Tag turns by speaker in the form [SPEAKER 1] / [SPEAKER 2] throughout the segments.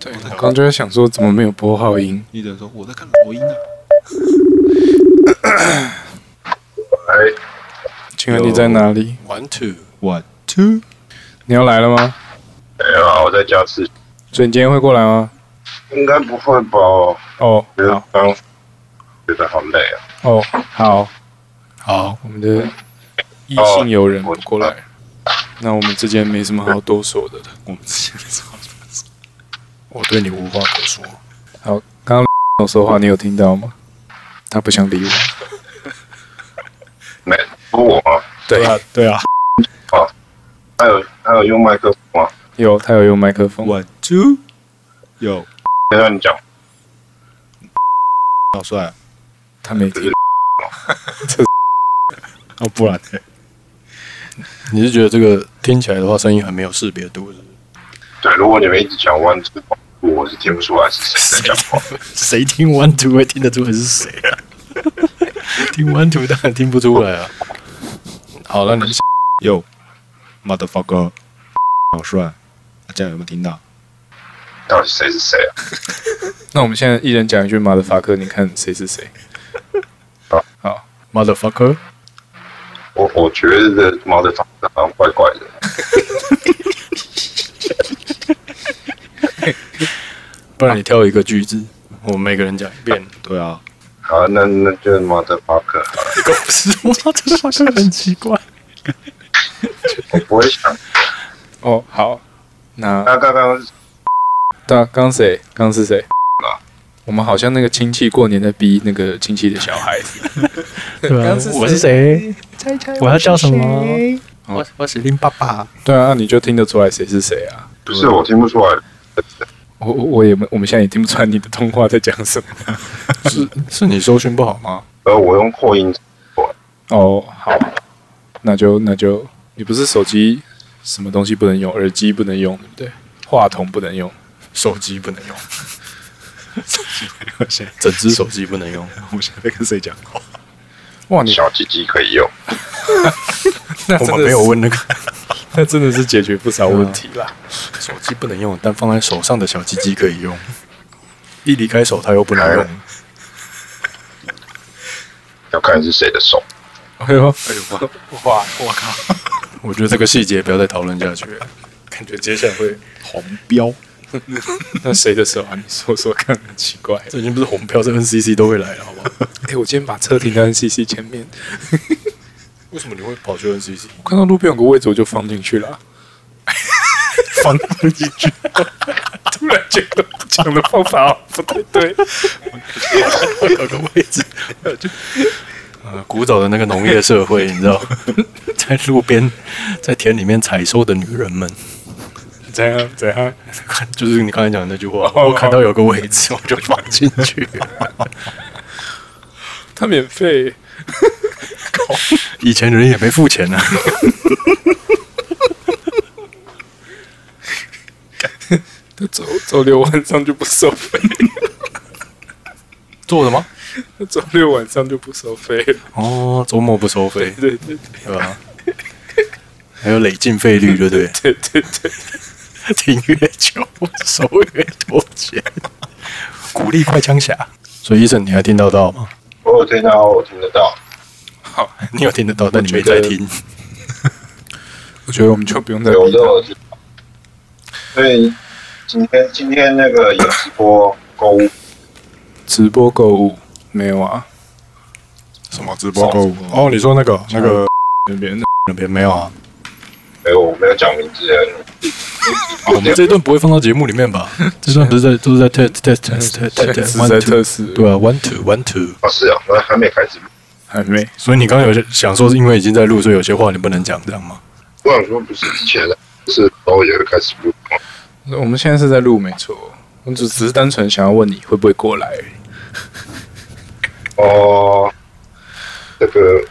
[SPEAKER 1] 对，我在
[SPEAKER 2] 刚就是想说怎么没有拨号音？
[SPEAKER 1] 你的说我在看抖音啊，
[SPEAKER 3] 哎
[SPEAKER 2] 请问你在哪里？
[SPEAKER 4] One two，
[SPEAKER 1] one two，
[SPEAKER 2] 你要来了吗？
[SPEAKER 3] 没有啊，我在家吃，
[SPEAKER 2] 所以你今天会过来吗？
[SPEAKER 3] 应该不会吧？
[SPEAKER 2] 哦，
[SPEAKER 3] 觉得
[SPEAKER 2] 好，
[SPEAKER 3] 刚觉得好累啊。
[SPEAKER 2] 哦，好，
[SPEAKER 1] 好，
[SPEAKER 2] 我们的异性友人不过来，那我们之间没什么好多说的了。
[SPEAKER 1] 我们之前没什么我对你无话可说。
[SPEAKER 2] 好，刚刚我说话你有听到吗？他不想理我。
[SPEAKER 3] 没不我吗？
[SPEAKER 2] 对
[SPEAKER 1] 啊，对啊
[SPEAKER 3] 还有还有用麦克风啊吗？
[SPEAKER 2] 有，他有用麦克风。
[SPEAKER 1] ，one two，有
[SPEAKER 3] 先让你讲，
[SPEAKER 1] 好帅
[SPEAKER 2] 他没听。
[SPEAKER 1] 哦，不然呢
[SPEAKER 4] 你是觉得这个听起来的话，声音很没有识别度，是不是？
[SPEAKER 3] 对，如果你们一直讲 one two，我是听不出来是谁在讲话。
[SPEAKER 4] 谁听 one two 会听得出来是谁啊？ 听 one two 当然听不出来啊。好，那你
[SPEAKER 1] 有 motherfucker，好帅，啊这样有没有听到？
[SPEAKER 3] 到底谁是谁啊？
[SPEAKER 2] 那我们现在一人讲一句马的法克，你看谁是谁？
[SPEAKER 4] motherfucker，
[SPEAKER 3] 我我觉得猫的长得好像怪怪的，
[SPEAKER 4] 不然你挑一个句子，我们每个人讲一遍。
[SPEAKER 1] 对啊，
[SPEAKER 3] 好，那那就是猫的 f u c
[SPEAKER 4] 狗屎！我操，这 fucker 很奇怪。
[SPEAKER 3] 我不会想。
[SPEAKER 2] 哦，好，那
[SPEAKER 3] 那刚刚
[SPEAKER 2] 大刚谁？刚是谁？啊我们好像那个亲戚过年在逼那个亲戚的小孩子。
[SPEAKER 4] 对啊
[SPEAKER 2] 刚是，谁
[SPEAKER 4] 我是谁？我要叫什么？我我是林爸爸。
[SPEAKER 2] 对啊，那你就听得出来谁是谁啊？
[SPEAKER 3] 不是我听不出来，
[SPEAKER 2] 我我我也没，我们现在也听不出来你的通话在讲什么。
[SPEAKER 4] 是是你搜寻不好吗？
[SPEAKER 3] 而我用扩音，
[SPEAKER 2] 哦，好，那就那就你不是手机什么东西不能用，耳机不能用，对不对？话筒不能用，
[SPEAKER 4] 手机不 能用，整只手机不能用。
[SPEAKER 1] 我现在在跟谁讲话？
[SPEAKER 2] 哇，你
[SPEAKER 3] 小鸡鸡可以用。
[SPEAKER 2] 那
[SPEAKER 4] 我
[SPEAKER 2] 真的
[SPEAKER 4] 们没有
[SPEAKER 2] 是，
[SPEAKER 4] 问那个
[SPEAKER 2] 那真的是解决不少 问题啦。
[SPEAKER 4] 手机不能用，但放在手上的小鸡鸡可以用。一离开手，它又不能用。
[SPEAKER 3] 要看是谁的手。
[SPEAKER 2] 哎呦，
[SPEAKER 4] 哇，我靠！我觉得这个细节不要再讨论下去了，感觉接下来会红标。
[SPEAKER 2] 那谁的手啊？你说说看，很奇怪。
[SPEAKER 4] 这已经不是红标，是 NCC 都会来了，好不好？
[SPEAKER 2] 哎、我今天把车停在 NCC 前面，
[SPEAKER 4] 为什么你会跑去 NCC？
[SPEAKER 2] 我看到路边有个位置，我就放进去了啊。
[SPEAKER 4] 放进去，
[SPEAKER 2] 突然觉得我讲的方法好不太对。
[SPEAKER 4] 有个位置。 呃，古早的那个农业社会，你知道， 在路边、在田里面采收的女人们，
[SPEAKER 2] 怎样怎样？
[SPEAKER 4] 就是你刚才讲的那句话，我看到有个位置， 我就放进去。
[SPEAKER 2] 他免费，
[SPEAKER 4] 以前人也没付钱啊。
[SPEAKER 2] 他走走六晚上就不收费，
[SPEAKER 4] 做什么？
[SPEAKER 2] 他走六晚上就不收费了。
[SPEAKER 4] 哦，周末不收费，
[SPEAKER 2] 对对
[SPEAKER 4] 对吧？还有累进费率，对不 对？
[SPEAKER 2] 对对对，
[SPEAKER 4] 停越久收越多钱，鼓励快枪侠。所以医生，你还听得到吗？
[SPEAKER 3] 我有听到，哦我听得到。
[SPEAKER 4] 你有听得到，但你没在听。
[SPEAKER 2] 我觉得我们就不用再
[SPEAKER 3] 对，我
[SPEAKER 2] 逼
[SPEAKER 3] 都有
[SPEAKER 2] 他。
[SPEAKER 3] 听到。所以今天今天那个有直播购物，
[SPEAKER 2] 直播购物没有啊？
[SPEAKER 4] 什么直播购物？哦，你说那个那个
[SPEAKER 2] 那边
[SPEAKER 4] 那边没有啊？
[SPEAKER 3] 没有，我没有讲名字。啊
[SPEAKER 4] 我们这一段不会放到节目里面吧？这段不是在都是在 test test test
[SPEAKER 2] 现
[SPEAKER 4] test
[SPEAKER 2] 在
[SPEAKER 4] test
[SPEAKER 2] 是在
[SPEAKER 4] one
[SPEAKER 2] 测
[SPEAKER 4] two
[SPEAKER 2] 试，
[SPEAKER 4] 对啊，one two one two。
[SPEAKER 3] 哦，是啊，那还没开始。
[SPEAKER 2] 还没。
[SPEAKER 4] 所以你刚刚有些想说，是因为已经在录，所以有些话你不能讲，这样吗？
[SPEAKER 3] 我想说，不是之前的，是然后也会开始录。
[SPEAKER 2] 我们现在是在录，没错。我只只是单纯想要问你会不会过来而已。
[SPEAKER 3] 哦，这个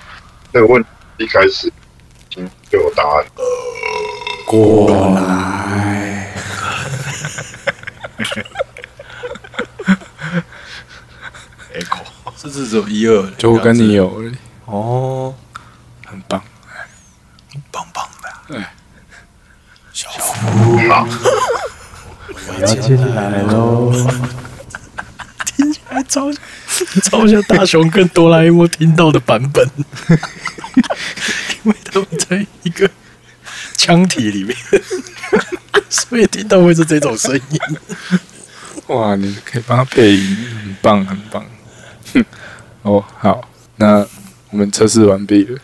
[SPEAKER 3] 这个问题一开始已经就有答案了。
[SPEAKER 1] echo，
[SPEAKER 4] 甚至只有一二，
[SPEAKER 2] 就我跟你有而已，
[SPEAKER 4] 哦，
[SPEAKER 2] 很棒。
[SPEAKER 4] 棒棒的，
[SPEAKER 2] 哎，
[SPEAKER 4] 小夫，我要进来喽！听起来超超像大雄跟哆啦 A 梦听到的版本，因为他们在一个腔体里面，所以听到会是这种声音。
[SPEAKER 2] 哇，你可以帮他配音，很棒，很棒。哼 哦，好，那我们测试完毕 了。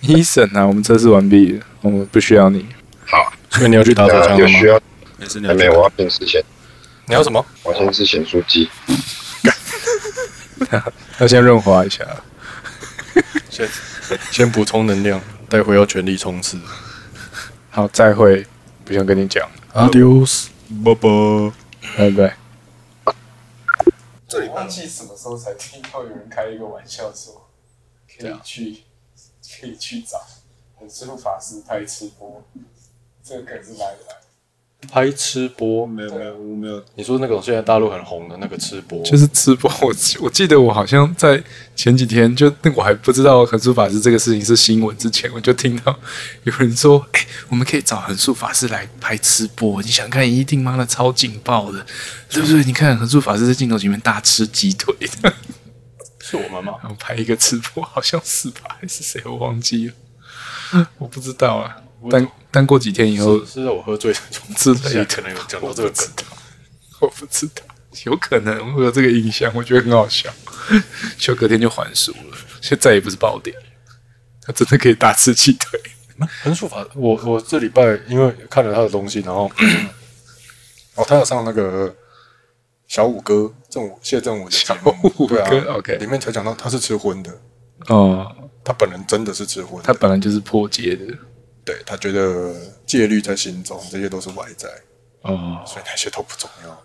[SPEAKER 2] 医生啊，我们测试完毕了，我们不需要你。
[SPEAKER 3] 好，
[SPEAKER 4] 所以你要去打手
[SPEAKER 3] 那
[SPEAKER 4] 枪
[SPEAKER 3] 有
[SPEAKER 4] 了
[SPEAKER 3] 需
[SPEAKER 4] 吗？
[SPEAKER 3] 要
[SPEAKER 1] 没事，你
[SPEAKER 3] 还没有？我要先吃咸，
[SPEAKER 4] 你要什么？
[SPEAKER 3] 我要先吃咸酥鸡。
[SPEAKER 2] 要先润滑一下。
[SPEAKER 4] 先先补充能量，待会要全力冲刺。
[SPEAKER 2] 好，再会，不想跟你讲，
[SPEAKER 4] Adios。
[SPEAKER 1] 波波，
[SPEAKER 2] 拜拜。
[SPEAKER 5] 这里忘记什么时候才听到有人开一个玩笑说，可
[SPEAKER 2] 啊
[SPEAKER 5] 以去可以去找很舒法师拍吃播，这个梗是哪里来的？
[SPEAKER 4] 拍吃播，
[SPEAKER 1] 没有没有我没有，
[SPEAKER 4] 你说那种现在大陆很红的那个吃播，
[SPEAKER 2] 就是吃播，我记我记得我好像在前几天就那我还不知道横竖法师这个事情是新闻之前，我就听到有人说， 哎、我们可以找横竖法师来拍吃播，你想看一定妈的超劲爆的，对不对？你看横竖法师在镜头前面大吃鸡腿，然
[SPEAKER 4] 是我们嘛？
[SPEAKER 2] 后拍一个吃播，好像是吧？还是谁？我忘记 了，我不知道啊。但但过几天以后
[SPEAKER 4] 是是我喝醉从
[SPEAKER 2] 之
[SPEAKER 4] 之前
[SPEAKER 2] 类的，
[SPEAKER 4] 可能有讲到这个梗，
[SPEAKER 2] 我不知道，有可能我有这个印象，我觉得很好笑。就隔天就还俗了，现在也不是爆点，他真的可以大吃鸡腿。
[SPEAKER 4] 横竖法，我我这礼拜因为看了他的东西， 然后哦，他有上那个小五哥正武谢正武的节目
[SPEAKER 2] 小五哥
[SPEAKER 4] 对啊
[SPEAKER 2] OK
[SPEAKER 4] 里面才讲到他是吃荤的，
[SPEAKER 2] 哦，
[SPEAKER 4] 他本人真的是吃荤的，
[SPEAKER 2] 他本来就是破戒的。
[SPEAKER 4] 对他觉得戒律在心中，这些都是外在，
[SPEAKER 2] 哦，
[SPEAKER 4] 所以那些都不重要。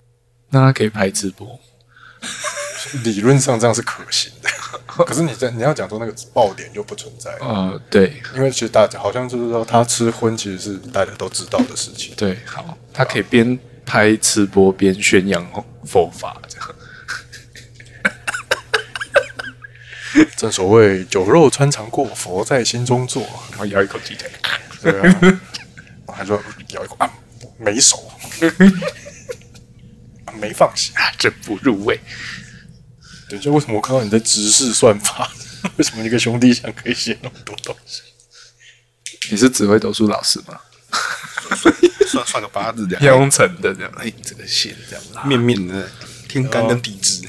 [SPEAKER 2] 那他可以拍直播。
[SPEAKER 4] 理论上这样是可行的， 可是你在你要讲说那个爆点就不存在了。
[SPEAKER 2] 哦，对
[SPEAKER 4] 因为其实大家好像就是说，他吃荤其实是大家都知道的事情。
[SPEAKER 2] 对，好，他可以边拍吃播边宣扬佛法，这样。
[SPEAKER 4] 正所谓酒肉穿肠过，佛在心中坐。
[SPEAKER 2] 然后咬一口鸡腿，
[SPEAKER 4] 对啊， 我还说咬一口啊，没熟， 啊没放下。
[SPEAKER 2] 啊，真不入味。
[SPEAKER 4] 等一下，为什么我看到你在直视算法？ 为什么一个兄弟像可以写那么多东西？
[SPEAKER 2] 你是指挥斗数老师吗？
[SPEAKER 1] 算算个八字这样，
[SPEAKER 2] 雍城的这样，啊哎，这个线这样拉。
[SPEAKER 1] 面面的天干跟地支，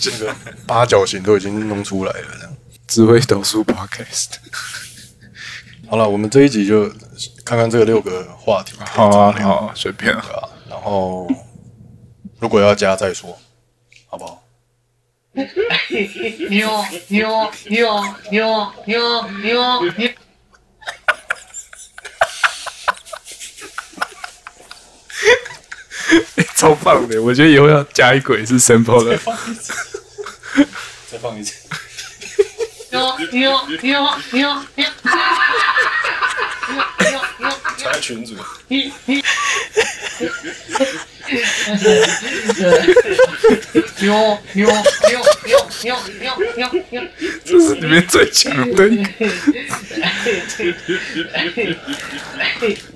[SPEAKER 4] 这个八角形都已经弄出来了。这样
[SPEAKER 2] 指挥斗数 podcast。
[SPEAKER 4] 好了，我们这一集就看看这六个话题。
[SPEAKER 2] 好啊，好啊，随便啊。
[SPEAKER 4] 对啊，然后如果要加再说，好不好？
[SPEAKER 6] 牛牛牛牛牛牛牛。
[SPEAKER 2] 超棒的！我觉得以后要加一轨是 sample 的，
[SPEAKER 4] 再放一 次。
[SPEAKER 6] 牛牛牛牛牛！
[SPEAKER 4] 在群主，
[SPEAKER 6] 牛牛牛牛牛牛牛牛！
[SPEAKER 2] 这是里面最强 的一个，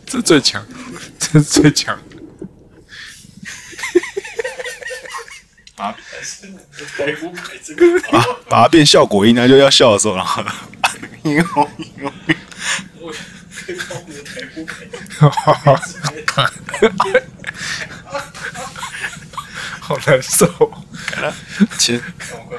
[SPEAKER 2] 这最强，这是最强。
[SPEAKER 1] 把它变效果音，那就要笑的时候，然后 因为
[SPEAKER 2] 好难受，
[SPEAKER 1] 前
[SPEAKER 4] 어,